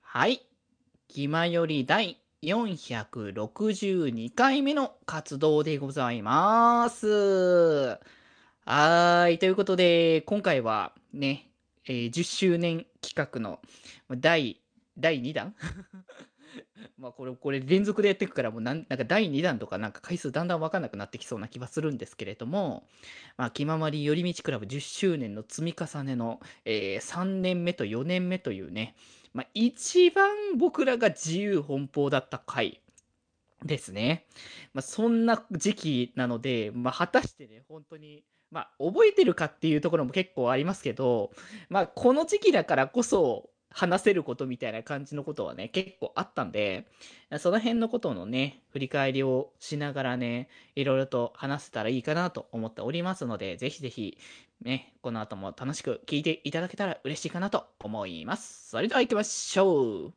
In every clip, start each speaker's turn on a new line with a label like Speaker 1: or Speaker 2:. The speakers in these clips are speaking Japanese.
Speaker 1: はい。気まより第462回目の活動でございます。はーい。ということで、今回はね、えー10周年企画の第、第2弾 まあこれ、これ連続でやっていくから、もうなんなんか第2弾とかなんか回数だんだんわかんなくなってきそうな気はするんですけれども、まあ、気ままり寄り道クラブ10周年の積み重ねの、えー3年目と4年目というね、まあ、一番僕らが自由奔放だった回ですね。まあ、そんな時期なので、まあ、果たしてね、本当に、まあ、覚えてるかっていうところも結構ありますけど、まあ、この時期だからこそ、話せることみたいな感じのことはね、結構あったんで、その辺のことのね、振り返りをしながらね、いろいろと話せたらいいかなと思っておりますので、ぜひぜひ、ね、この後も楽しく聞いていただけたら嬉しいかなと思います。それでは行きましょう。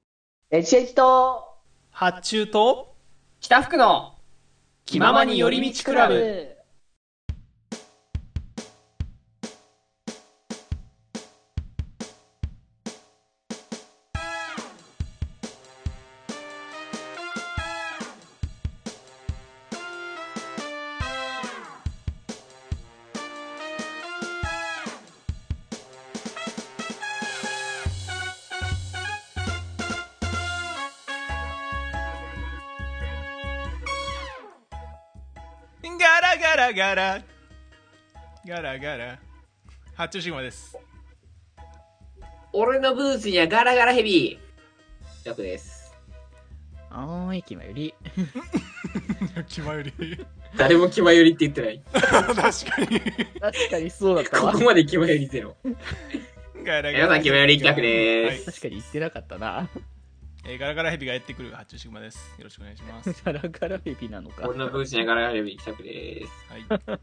Speaker 2: エチエチと
Speaker 3: 発注と
Speaker 2: 北福の
Speaker 3: 気ままに寄り道クラブガラガラガラガラガラ発注シグマです
Speaker 2: 俺のブーツにはガラガラヘビー楽です
Speaker 1: はーい、気まより。
Speaker 3: 気前より
Speaker 2: 誰も気まよりって言ってない
Speaker 3: 確かに
Speaker 1: 確かにそうだった
Speaker 2: こ
Speaker 1: わ。
Speaker 2: こ
Speaker 1: 確
Speaker 2: まで気まよりゼロ
Speaker 3: ガラ
Speaker 2: 皆さん気まより企画で
Speaker 3: はい
Speaker 1: かに言ってなかったな。
Speaker 3: えーガラガラヘビがやってくる発注シグマですよろしくお願いします
Speaker 1: ガラガラベビなのか。
Speaker 2: 俺のブーツにはガラガラヘビー楽です
Speaker 3: はい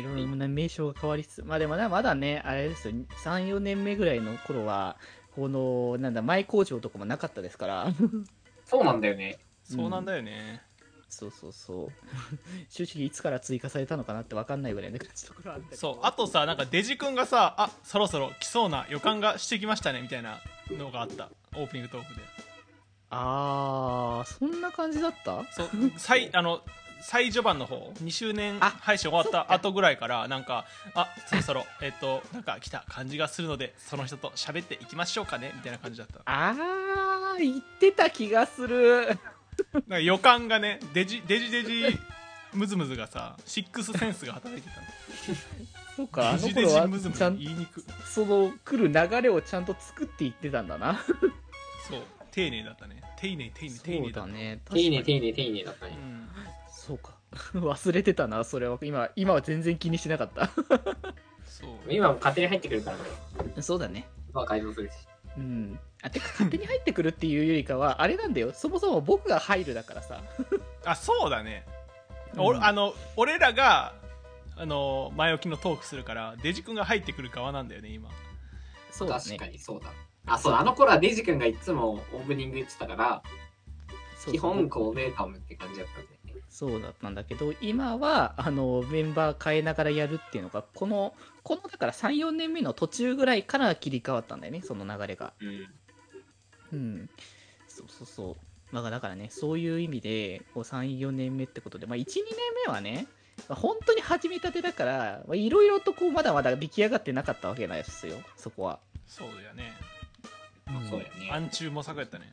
Speaker 1: いろいろな名称が変わりつつ、まあでもね、まだね、あれですよ、3、4年目ぐらいの頃は、この、なんだ、前工場とかもなかったですから、
Speaker 2: そうなんだよね
Speaker 3: そうなんだよね、
Speaker 1: そうそうそう。 正直いつから追加されたのかなって分かんないぐらいの感じのところあったけど
Speaker 3: そうあとさなんかデジ君がさあそろそろ来そうな予感がしてきましたねみたいなのがあったオープニングトークで
Speaker 1: あー、そんな感じだった
Speaker 3: そう最あの最序盤の方2周年
Speaker 1: あ
Speaker 3: 配信終わっ
Speaker 1: そったか
Speaker 3: 後ぐらいからなんかあそろそ ろえっとなんか来た感じがするのでその人と喋っていきましょうかねみたいな感じだった
Speaker 1: あー、言ってた気がする。
Speaker 3: なんか予感がねデジデジデジムズムズがさシックスセンスが働いて
Speaker 1: そうか、
Speaker 3: た
Speaker 1: あ
Speaker 3: の
Speaker 1: の
Speaker 3: デジデ
Speaker 1: 頃
Speaker 3: ジムズ
Speaker 1: は、
Speaker 3: ムズ
Speaker 1: ちゃん
Speaker 3: 言いにく
Speaker 1: その来る流れをちゃんと作っていってたんだな。
Speaker 3: そう丁寧だったね丁寧丁寧丁
Speaker 1: そ
Speaker 3: 寧
Speaker 1: う
Speaker 3: だっ
Speaker 1: だ
Speaker 3: た
Speaker 1: ね。確か
Speaker 2: 丁
Speaker 1: に
Speaker 2: 寧丁寧丁寧だった
Speaker 3: う
Speaker 2: ね
Speaker 3: ん
Speaker 1: そうか。 忘れてたな、それは。今、今は全然気にしなか った。
Speaker 3: そう
Speaker 2: 今も勝手に入ってくるからね
Speaker 1: そうだね。
Speaker 2: まあ改造するし
Speaker 1: うん。あ、てか、勝手に入ってくるっていうよりかは、あれなんだよ。そもそも僕が入るだからさ。
Speaker 3: あそうだね、
Speaker 1: う
Speaker 3: 俺
Speaker 1: ん
Speaker 3: あの俺らがあの前置きのトークするからデジ君が入ってくる側なんだよね今
Speaker 1: そうだ
Speaker 2: 確
Speaker 1: ね
Speaker 2: か。にそうだあそうあの頃はデジ君がいつもオープニング言ってたから
Speaker 1: そう
Speaker 2: 基本こうウェルカムって感じだったんだよね
Speaker 1: そうだったんだけど、今は、あの、メンバー変えながらやるっていうのが、この、この、だから3、4年目の途中ぐらいから切り替わったんだよね、その流れが。
Speaker 2: うん
Speaker 1: うん。そうそうそう。まあ、だからね、そういう意味で、こう3、4年目ってことで、まあ、1、2年目はね、まあ本当に始めたてだから、まあいろいろとこう、まだまだ出来上がってなかったわけなんですよ、そこは。
Speaker 3: そうだよね
Speaker 2: そうやね
Speaker 3: 暗中模索やったね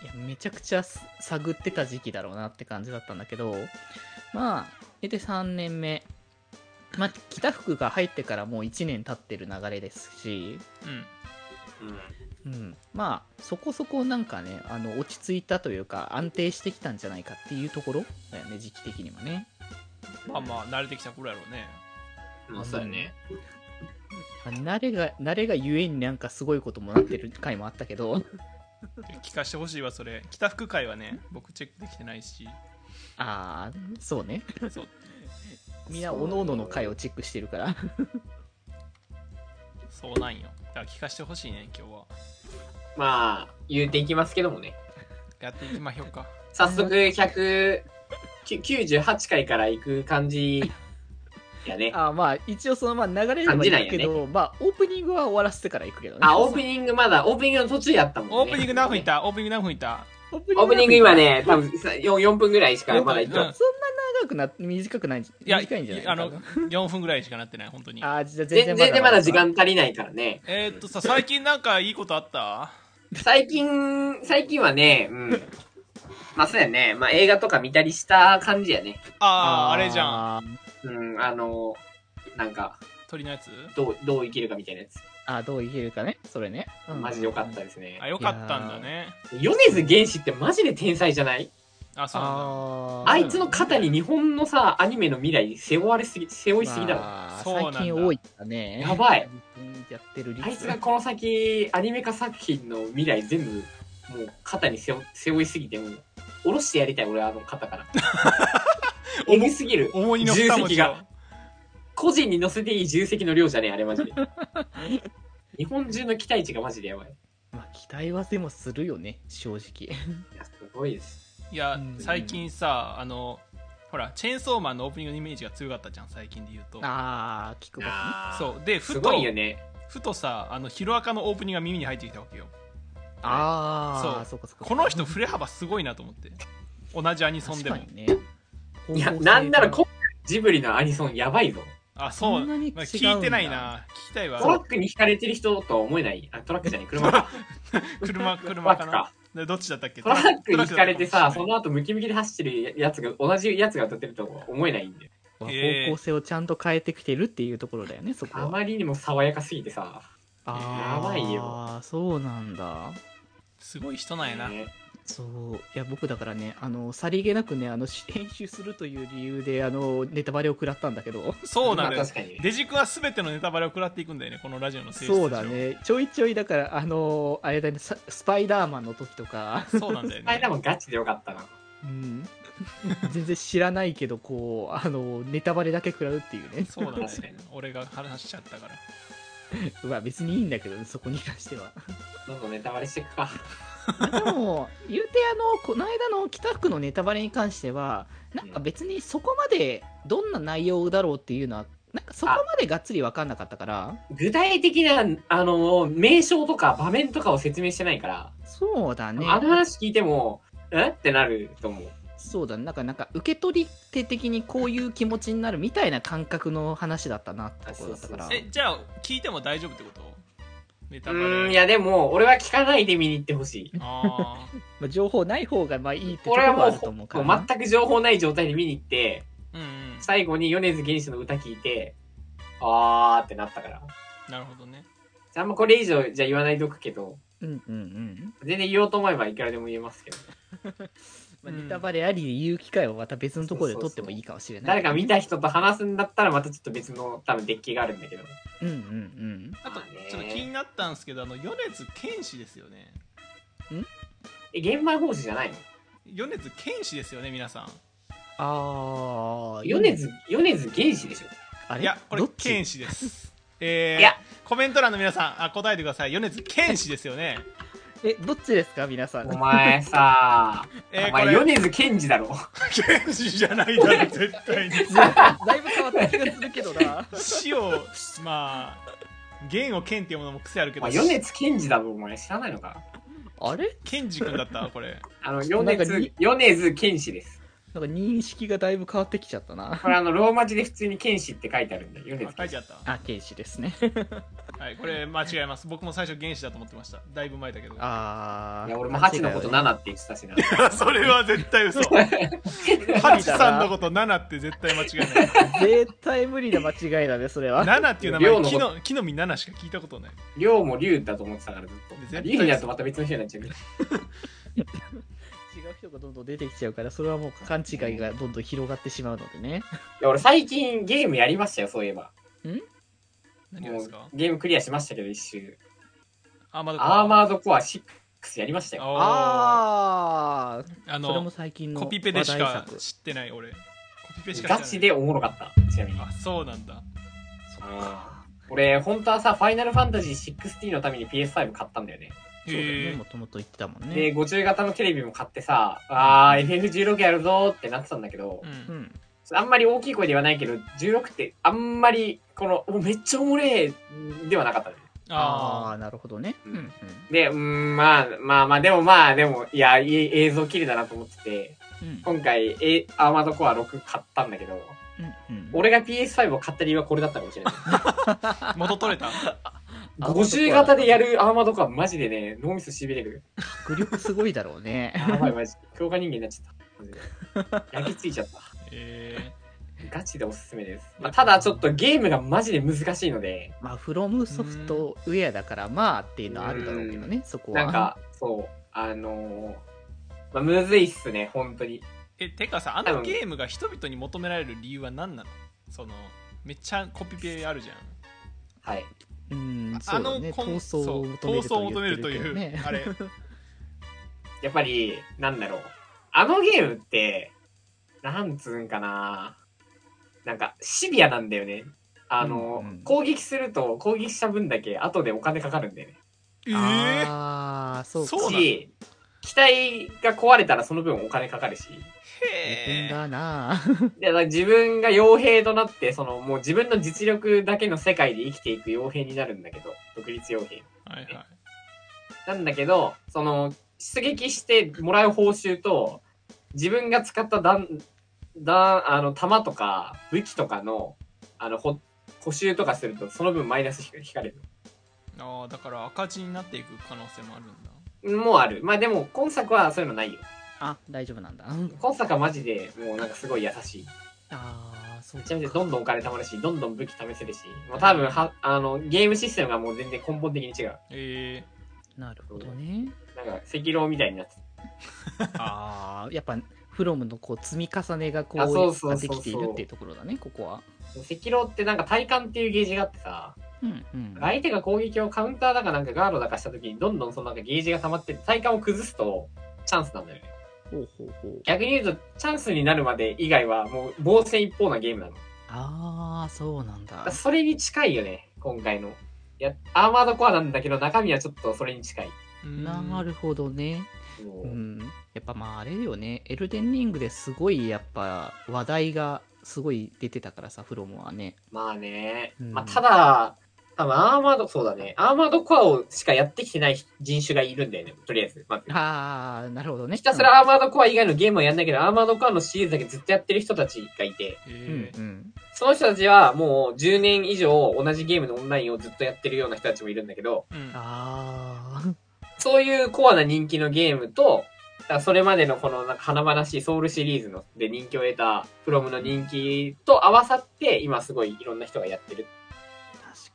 Speaker 1: いや、めちゃくちゃす探ってた時期だろうなって感じだったんだけど、まあ、出て3年目。まあ、北福が入ってからもう1年経ってる流れですし、
Speaker 3: うん
Speaker 2: うん
Speaker 1: うん、まあ、そこそこなんかね、あの、落ち着いたというか、安定してきたんじゃないかっていうところだよね、時期的にもね。
Speaker 3: まあまあ慣れてきた頃やろうね
Speaker 2: まあそうやね
Speaker 1: まあ慣れが、慣れがゆえになんかすごいこともなってる回もあったけど、
Speaker 3: 聞かしてほしいわそれ北福会はね僕チェックできてないし
Speaker 1: ああ、そうね。
Speaker 3: そう
Speaker 1: みんな、おののの回をチェックしてるから。
Speaker 3: そうなんよだから聞かしてほしいね今日は
Speaker 2: まあ言うていきますけどもね
Speaker 3: やっていきまひょう か
Speaker 2: 早速198回から行く感じやね。
Speaker 1: あまあ一応そのまあ流れればいいけ
Speaker 2: 感じなん
Speaker 1: ど、まあオープニングは終わらせてから行くけどね
Speaker 2: あ、オープニングまだ、オープニングの途中やったもんね。
Speaker 3: オープニング何分いったオープニング何分いった
Speaker 1: オープ
Speaker 2: オープニング今ね、多分さ 4, 4分ぐらいしかまだいっ
Speaker 1: そ
Speaker 2: て
Speaker 1: ん
Speaker 2: ない
Speaker 1: な長くな短くない
Speaker 3: いや
Speaker 1: 短いんじゃない
Speaker 3: あの4分ぐらいしかなってない本当に
Speaker 1: あーじゃあ全
Speaker 2: 全
Speaker 1: 然
Speaker 2: 然まだ時間足りないからね。
Speaker 3: えーっとさ最近なんかいいことあった
Speaker 2: 最近、最近はね、うん。まあそうやね。まあ映画とか見たりした感じやね。
Speaker 3: あーあれじゃん
Speaker 1: ん
Speaker 2: うん、あの、なんか、
Speaker 3: 鳥のやつ
Speaker 2: どう、どう生きるかみたいなやつ。
Speaker 1: あーどういけるかねそれね、うん
Speaker 2: マジでよかったですね
Speaker 3: あ。よかったんだね
Speaker 2: 米津玄師ってマジで天才じゃない
Speaker 3: あそうなんだ
Speaker 1: あー
Speaker 2: あいつの肩に日本のさ、アニメの未来背負われすぎ、背負いすぎだろ。
Speaker 1: まあ
Speaker 3: そうなんだ
Speaker 1: 最近多いからね
Speaker 2: や ばい
Speaker 1: やってる率
Speaker 2: あいつがこの先、アニメ化作品の未来全部、もう肩に背負背負いすぎて、もう、下ろしてやりたい、俺、あの肩から。えぐすぎる。
Speaker 3: 重いの二文字
Speaker 2: 重
Speaker 3: が
Speaker 2: 個人に乗せていい重責の量じゃねえ、あれマジで。日本中の期待値がマジでやばい。
Speaker 1: まあ、期待はでもするよね正直
Speaker 2: いや、すごいです。
Speaker 3: いや
Speaker 1: うん
Speaker 3: 最近さあのほらチェーンソーマンのオープニングのイメージが強かったじゃん最近で言うと
Speaker 1: ああ聞くば
Speaker 3: そ
Speaker 2: そう
Speaker 3: で
Speaker 2: う。
Speaker 3: ふ
Speaker 2: す
Speaker 3: と
Speaker 2: ごいよね。
Speaker 3: ふとさあのヒロアカのオープニングが耳に入ってきたわけよ
Speaker 1: ああ
Speaker 3: そ
Speaker 1: そうかそうか
Speaker 3: この人振れ幅すごいなと思って同じアニソン
Speaker 1: 確
Speaker 3: でも
Speaker 1: かにね
Speaker 2: いや、なんならこ、ジブリのアニソンやばいぞ。
Speaker 3: あそう
Speaker 1: そんなに違うんだ
Speaker 3: まあ聞いてないな聞きたい
Speaker 2: トラッ
Speaker 3: わ
Speaker 2: クに惹かれてる人とは思えない。あ、トラックじゃねえ、車か。
Speaker 3: 車
Speaker 2: ト
Speaker 3: 車
Speaker 2: ラッ
Speaker 3: か
Speaker 2: ク
Speaker 3: な
Speaker 2: か。
Speaker 3: でどっちだったっけ
Speaker 2: トラック
Speaker 3: ト
Speaker 2: に惹
Speaker 3: ラッ
Speaker 2: か
Speaker 3: クだ
Speaker 2: れ
Speaker 3: った
Speaker 2: て
Speaker 3: かも
Speaker 2: さ、
Speaker 3: し
Speaker 2: そ
Speaker 3: れない
Speaker 2: の後ムキムキで走ってるやつが、同じやつが歌ってるとは思えないんで。
Speaker 1: 方
Speaker 3: へー
Speaker 1: 向性をちゃんと変えてきてるっていうところだよねそこ
Speaker 2: あ
Speaker 1: は
Speaker 2: まりにも爽やかすぎてさ。
Speaker 1: あー
Speaker 2: やばいよ
Speaker 1: そうなんだ
Speaker 3: すごい人なんやな
Speaker 2: ね
Speaker 1: そういや僕だからねあのさりげなくねあのし 編集するという理由であのネタバレを食らったんだ けど
Speaker 3: そうなんだ
Speaker 2: ま
Speaker 3: よ
Speaker 2: あ確かに。
Speaker 3: デジ君は全てのネタバレを食らっていくんだよねこのラジオの性質上
Speaker 1: そうだねちょいちょいだからあのあれだねさスパイダーマンの時とか、
Speaker 3: そうなんだよ
Speaker 2: スパイ
Speaker 3: ね
Speaker 2: ダーマンガチでよかったな。
Speaker 1: うん、 全然知らないけどこうあのネタバレだけ食らうっていうね
Speaker 3: そうなんだよ
Speaker 2: 確かに
Speaker 3: 俺が話しちゃったから
Speaker 1: まあ別にいいんだけど、ね、そこに関しては
Speaker 2: どんどんネタバレしていくか。
Speaker 1: でも言うてあのこの間の北福のネタバレに関してはなんか別にそこまでどんな内容だろうっていうのはなんかそこまでがっつり分かんなかったから
Speaker 2: 具体的な、あの、名称とか場面とかを説明してないから、
Speaker 1: そうだね
Speaker 2: あの話聞いても、えってなると思う。
Speaker 1: そうだねなんかなんか受け取り手的にこういう気持ちになるみたいな感覚の話だったなってところだったから
Speaker 2: あ
Speaker 3: えじゃあ聞いても大丈夫ってことネ
Speaker 2: う
Speaker 3: タバ
Speaker 2: ーん、い
Speaker 3: レ
Speaker 2: やでも、俺は聞かないで見に行ってほしい。
Speaker 3: あ
Speaker 1: まあ、情報ない方がまあいいってとこ
Speaker 2: 俺は
Speaker 1: ろ
Speaker 2: も
Speaker 1: は
Speaker 2: う
Speaker 1: あると思うから
Speaker 2: も
Speaker 1: な
Speaker 2: う全く情報ない状態で見に行って、
Speaker 3: ーうんうん
Speaker 2: 最後に米津玄師の歌聞いて、あーってなったから。
Speaker 3: なるほどね
Speaker 2: あんまこれ以上じゃ言わないとくけど、
Speaker 1: うんうんうん
Speaker 2: 全然言おうと思えばいくらでも言えますけど。
Speaker 1: まあ、
Speaker 3: うん
Speaker 1: ネタバレありで言う機会をまた別のところで撮ってもいいかもしれない
Speaker 2: 誰か見た人と話すんだったらまたちょっと別の多分デッキがあるんだけど。
Speaker 1: うんうん
Speaker 3: あと
Speaker 2: まあね
Speaker 3: ちょっと気になったんですけどあの米津玄師ですよね
Speaker 2: え、現場講師じゃないの
Speaker 3: 米津玄師ですよね皆さん
Speaker 1: ああ
Speaker 2: 米津、米津玄師 でしょ
Speaker 1: あれ
Speaker 3: いやこれ
Speaker 1: どっち
Speaker 3: 剣士ですえー、
Speaker 2: いや
Speaker 3: コメント欄の皆さんあ答えてください米津剣士ですよね
Speaker 1: えどっちですか皆さん
Speaker 2: お前さ
Speaker 3: えー、
Speaker 2: お
Speaker 3: こ
Speaker 2: 前
Speaker 3: れ
Speaker 2: 米津玄師だろ。
Speaker 3: 剣士じゃないだろ絶 対に
Speaker 1: だいぶ変わった気がするけどな
Speaker 3: 死をまあ弦を剣っていうものも癖あるけ
Speaker 2: お
Speaker 3: ど
Speaker 2: 前米津玄師だろ、お前知らないのか。
Speaker 1: あれ
Speaker 3: 剣士君だったわこれ
Speaker 2: あの、
Speaker 1: なん
Speaker 2: 米
Speaker 1: か
Speaker 2: 津、米津玄師です。
Speaker 1: なんか認識がだいぶ変わってきちゃったな
Speaker 2: これあの、ローマ字で普通に剣士って書いてあるんだよ。米
Speaker 3: あ
Speaker 2: 津
Speaker 3: 書い
Speaker 2: 玄師
Speaker 3: て。あった
Speaker 1: あ剣士ですね
Speaker 3: はいこれ間違えます僕も最初原始だと思ってましただいぶ前だけど
Speaker 1: ああ
Speaker 2: いや、俺も8のこと7って言ってたしな。
Speaker 3: それは絶対嘘ハチさんのこと7って絶対間違い
Speaker 1: 絶対無理な間違いだねそれは
Speaker 3: ない7っていう名
Speaker 2: 量
Speaker 3: 前
Speaker 2: の
Speaker 3: 木
Speaker 2: こと
Speaker 3: の木の実7しか聞いたことない
Speaker 2: 量も龍だと思ってたからずっ
Speaker 3: 絶
Speaker 2: と。
Speaker 3: 対
Speaker 2: 龍になるとまた別の人になっちゃうけど。
Speaker 1: 違う人がどんどん出てきちゃうからそれはもう勘違いがどんどん広がってしまうのでね
Speaker 2: いや、俺最近ゲームやりましたよ、そういえば。
Speaker 3: 何がですか
Speaker 2: もうゲームクリアしましたけど、一周。
Speaker 3: アーマードコア
Speaker 2: アーマードコア6やりましたよ。
Speaker 1: あ
Speaker 3: あ
Speaker 1: あ
Speaker 3: ーあ
Speaker 1: それも
Speaker 3: の
Speaker 1: 最近の
Speaker 3: コピペでしか知ってない俺コピペしか知ら
Speaker 2: ガ
Speaker 3: ない
Speaker 2: チでおもろかった、ちなみに。
Speaker 3: あそうなんだ
Speaker 2: あ俺、本当はさ、ファイナルファンタジー16のために PS5 買ったんだよね。
Speaker 1: そうだよ
Speaker 3: へ
Speaker 1: ね
Speaker 3: ー
Speaker 1: もともと言ってたもん
Speaker 2: で、
Speaker 1: ね
Speaker 2: 50型のテレビも買ってさ、あー、FF16 やるぞーってなってたんだけど
Speaker 3: う、
Speaker 1: うんん
Speaker 2: あんまり大きい声ではないけど、16ってあんまり、この、おめっちゃおもれえではなかったね。
Speaker 1: あ
Speaker 3: あ
Speaker 1: あー、なるほどね。う
Speaker 2: うんん
Speaker 1: うん。
Speaker 2: で、うーん、まあ、まあまあ、でもまあ、でも、いや、いい映像綺麗だなと思ってて、
Speaker 1: うん
Speaker 2: 今回、えアーマードコア6買ったんだけど、
Speaker 1: うんうん
Speaker 2: 俺が PS5 を買った理由はこれだったかもしれない。
Speaker 3: あ元取れた
Speaker 2: 50型でやるアーマードコア、マジでね、脳みそ痺れる。
Speaker 1: 迫力すごいだろうね。
Speaker 2: やばい、マジ。強化人間になっちゃった。マジで。焼きついちゃった。
Speaker 3: え
Speaker 2: ガチでおすすめです。まあ、ただちょっとゲームがマジで難しいので、
Speaker 1: まあ、フロムソフトウェアだから、まあっていうのはあるだろうけどね、そこは。
Speaker 2: なんか、そう、あのーまあ、むずいっすね、本当に。
Speaker 3: ーえてかさあのゲームが人々に求められる理由は何なのそのめっちゃコピペあるじゃん
Speaker 2: はい。
Speaker 1: うん、
Speaker 3: あ
Speaker 1: そうだね。
Speaker 3: あのこん
Speaker 1: 闘争を
Speaker 3: そう闘争を
Speaker 1: 求
Speaker 3: 求
Speaker 1: め
Speaker 3: め
Speaker 1: る
Speaker 3: る
Speaker 1: と
Speaker 3: と
Speaker 1: い
Speaker 3: いうう
Speaker 1: 言ってるけど ね。
Speaker 3: あれ
Speaker 2: やっぱり、なんだろう。あのゲームって、なんつうんかな。なんか、シビアなんだよね。あ
Speaker 1: う
Speaker 2: のー
Speaker 1: んうん
Speaker 2: 攻撃すると、攻撃した分だけ、後でお金かかるんだよね。
Speaker 3: えー
Speaker 1: ああ、そうか。
Speaker 3: そうなの
Speaker 2: し、機体が壊れたらその分お金かかるし。
Speaker 1: 大変
Speaker 3: へー
Speaker 1: だな。
Speaker 2: でだから自分が傭兵となって、その、もう自分の実力だけの世界で生きていく傭兵になるんだけど、独立傭兵。
Speaker 3: はいはい
Speaker 2: なんだけど、その、出撃してもらう報酬と、自分が使った弾、弾、あの、弾とか、武器とかの、あの、ほ補修とかすると、その分マイナス引かれ
Speaker 3: ああだから赤字になっていく可能性もあるんだ
Speaker 2: る。もうある。まあでも、今作はそういうのないよ。
Speaker 1: あ、大丈夫なんだ。
Speaker 2: 今作はマジで、もうなんかすごい優しい。
Speaker 1: ああ、そう
Speaker 2: め
Speaker 1: か
Speaker 2: ちゃめちゃどんどんお金貯まるし、どんどん武器試せるし、もう多分は、あの、ゲームシステムがもう全然根本的に違う。
Speaker 3: え
Speaker 1: なるほどね。
Speaker 2: なんか、赤狼みたいになって
Speaker 1: ああ、やっぱ、フロムのこう積み重ねがこ
Speaker 2: あそう
Speaker 1: う、
Speaker 2: そうそうそう
Speaker 1: できているっていうところだね、ここは。
Speaker 2: 赤狼ってなんか体感っていうゲージがあってさ、
Speaker 1: うんうん。
Speaker 2: 相手が攻撃をカウンターだかなんかガードだかした時にどんどんそのなんかゲージが溜まって体幹を崩すとチャンスなんだよね。
Speaker 1: ほうほうほう。
Speaker 2: 逆に言うとチャンスになるまで以外はもう防戦一方なゲームなの。だ
Speaker 1: ああ、そうなんだ
Speaker 2: から。それに近いよね、今回の。いや、アーマードコアなんだけど中身はちょっとそれに近い。
Speaker 3: ー、
Speaker 1: なるほどね。う。
Speaker 2: もうん
Speaker 1: やっぱまああれよね、エルデンリングですごいやっぱ話題がすごい出てたからさ、フロムはね。
Speaker 2: まあね。
Speaker 1: うん
Speaker 2: まあただ、多分アーマード、そうだね。アーマードコアをしかやってきてない人種がいるんだよね、とりあえず。まず。
Speaker 1: ああ、なるほどね。
Speaker 2: ひたすらアーマードコア以外のゲームはやんないけど、アーマードコアのシリーズだけずっとやってる人たちがいて、
Speaker 3: え
Speaker 1: うん、うんうん。
Speaker 2: その人たちはもう10年以上同じゲームのオンラインをずっとやってるような人たちもいるんだけど、
Speaker 3: うん
Speaker 1: ああ、
Speaker 2: そういうコアな人気のゲームと、だからそれまでのこのなんか華々しいソウルシリーズので人気を得たフロムの人気と合わさって今すごいいろんな人がやってる。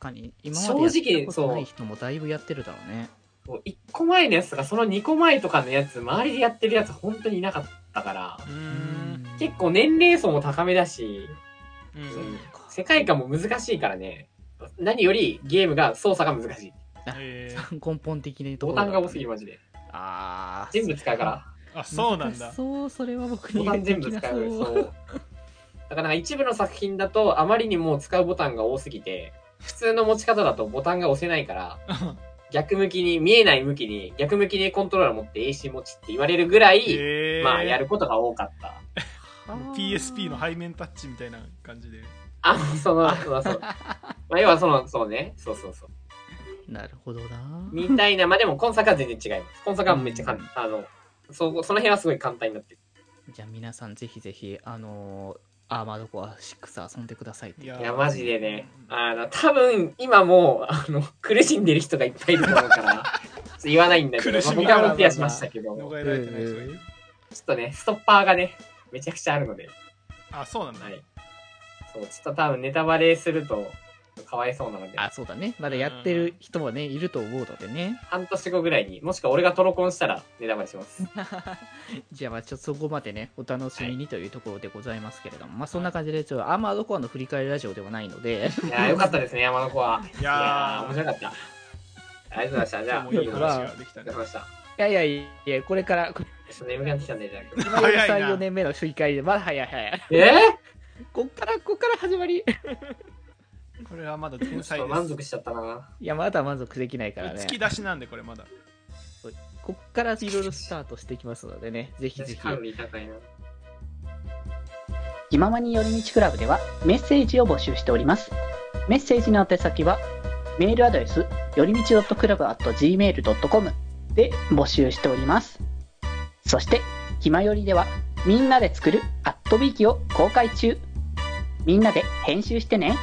Speaker 1: 確かに。今までやったことな
Speaker 2: 正直そ
Speaker 1: いう人もだいぶやってるだろうね。
Speaker 2: もう1個前のやつとかその2個前とかのやつ、周りでやってるやつ本当にいなかったから、
Speaker 3: うー
Speaker 1: うん
Speaker 2: 結構年齢層も高めだし、
Speaker 3: う
Speaker 2: そうん世界観も難しいからね。何よりゲームが操作が難しい。
Speaker 3: えー、
Speaker 1: 根本的なとこ
Speaker 2: ボ
Speaker 1: ろだ
Speaker 2: タン
Speaker 1: ね、
Speaker 2: が多すぎるマジで。
Speaker 1: ああ。
Speaker 2: 全部使うから。
Speaker 3: あそうなん だ
Speaker 1: 難しそう、それは僕
Speaker 2: ボ
Speaker 1: に
Speaker 2: タン全部使う。 そう。だから一部の作品だと、あまりにも使うボタンが多すぎて、普通の持ち方だとボタンが押せないから、逆向きに、見えない向きに、逆向きにコントローラー持って AC 持ちって言われるぐらい、
Speaker 3: えー、
Speaker 2: まあやることが多かった。
Speaker 1: はー
Speaker 3: PSP の背面タッチみたいな感じで
Speaker 2: あ、その、まあそう。まあ要はその、そうね。そうそうそう。
Speaker 1: なるほどな。
Speaker 2: みたいな、まあでも今作は全然違います。今作はめっちゃ簡単。あの、そ、その辺はすごい簡単になってる。
Speaker 1: じゃあ皆さんぜひぜひ、あのーアーマードコア6遊んでくださいって。
Speaker 3: いや
Speaker 2: いや、マジでね、あの、多分、今もう、あの、苦しんでる人がいっぱいいると思うから、ちょっと言わないんだけど、
Speaker 3: 苦しみ
Speaker 2: 僕は
Speaker 3: から
Speaker 2: もうケアしましたけど、ち
Speaker 3: 逃
Speaker 2: ょ
Speaker 3: れ
Speaker 2: っ
Speaker 3: られてない人がいる、
Speaker 1: うん
Speaker 2: とね、ストッパーがね、めちゃくちゃあるので、
Speaker 3: あそうなんだ、
Speaker 2: はい。そう、ちょっと多分ネタバレすると、かわいそうなので、
Speaker 1: あ、そうだね。まだやってる人もね、いると思うのでね。
Speaker 2: 半年後ぐらいに、もしくは俺がトロコンしたらネタバレします。
Speaker 1: じゃあ、まあ、ちょっとそこまでね、お楽しみにというところでございますけれども、まあ、そんな感じで、ちょっとアーマードコアの振り返りラジオではないの で、
Speaker 2: いやー、よかったですね、山の子は。
Speaker 3: い
Speaker 2: い
Speaker 3: や
Speaker 2: や
Speaker 3: ー
Speaker 2: ー、面白かった。ありがとうございました。じ
Speaker 3: 今
Speaker 2: ゃあ、
Speaker 3: 日もい
Speaker 2: い
Speaker 3: い
Speaker 2: い
Speaker 3: 話
Speaker 2: の
Speaker 1: は
Speaker 2: が
Speaker 3: ができたね
Speaker 2: 出ました。
Speaker 1: いやいやいや、これから、これ
Speaker 2: ちょっと眠くなってきたんで、じゃ
Speaker 1: から
Speaker 2: あ。
Speaker 3: 早いな
Speaker 1: 3、4年目の振り返りで、まだ早い早い。
Speaker 2: え
Speaker 1: こっから、こっから始まり。い
Speaker 3: これはまだ
Speaker 2: ー、
Speaker 3: 天
Speaker 2: ち
Speaker 3: 才
Speaker 2: ょっと
Speaker 3: で
Speaker 2: 満
Speaker 3: す
Speaker 2: 足しちゃったな。
Speaker 1: や、まだ満足できないからね
Speaker 3: 突。き出しなんでこれまだ
Speaker 1: こっからいろいろスタートしていきますのでね、ぜひぜ
Speaker 2: 私
Speaker 1: ひ。
Speaker 2: カロリー高いな。
Speaker 4: 気ままに寄り道クラブではメッセージを募集しております。メッセージの宛先は、メールアドレス、よりみち .club.gmail.com で募集しております。そして、ひまよりでは、みんなで作るアットビーキを公開中。みんなで編集してね。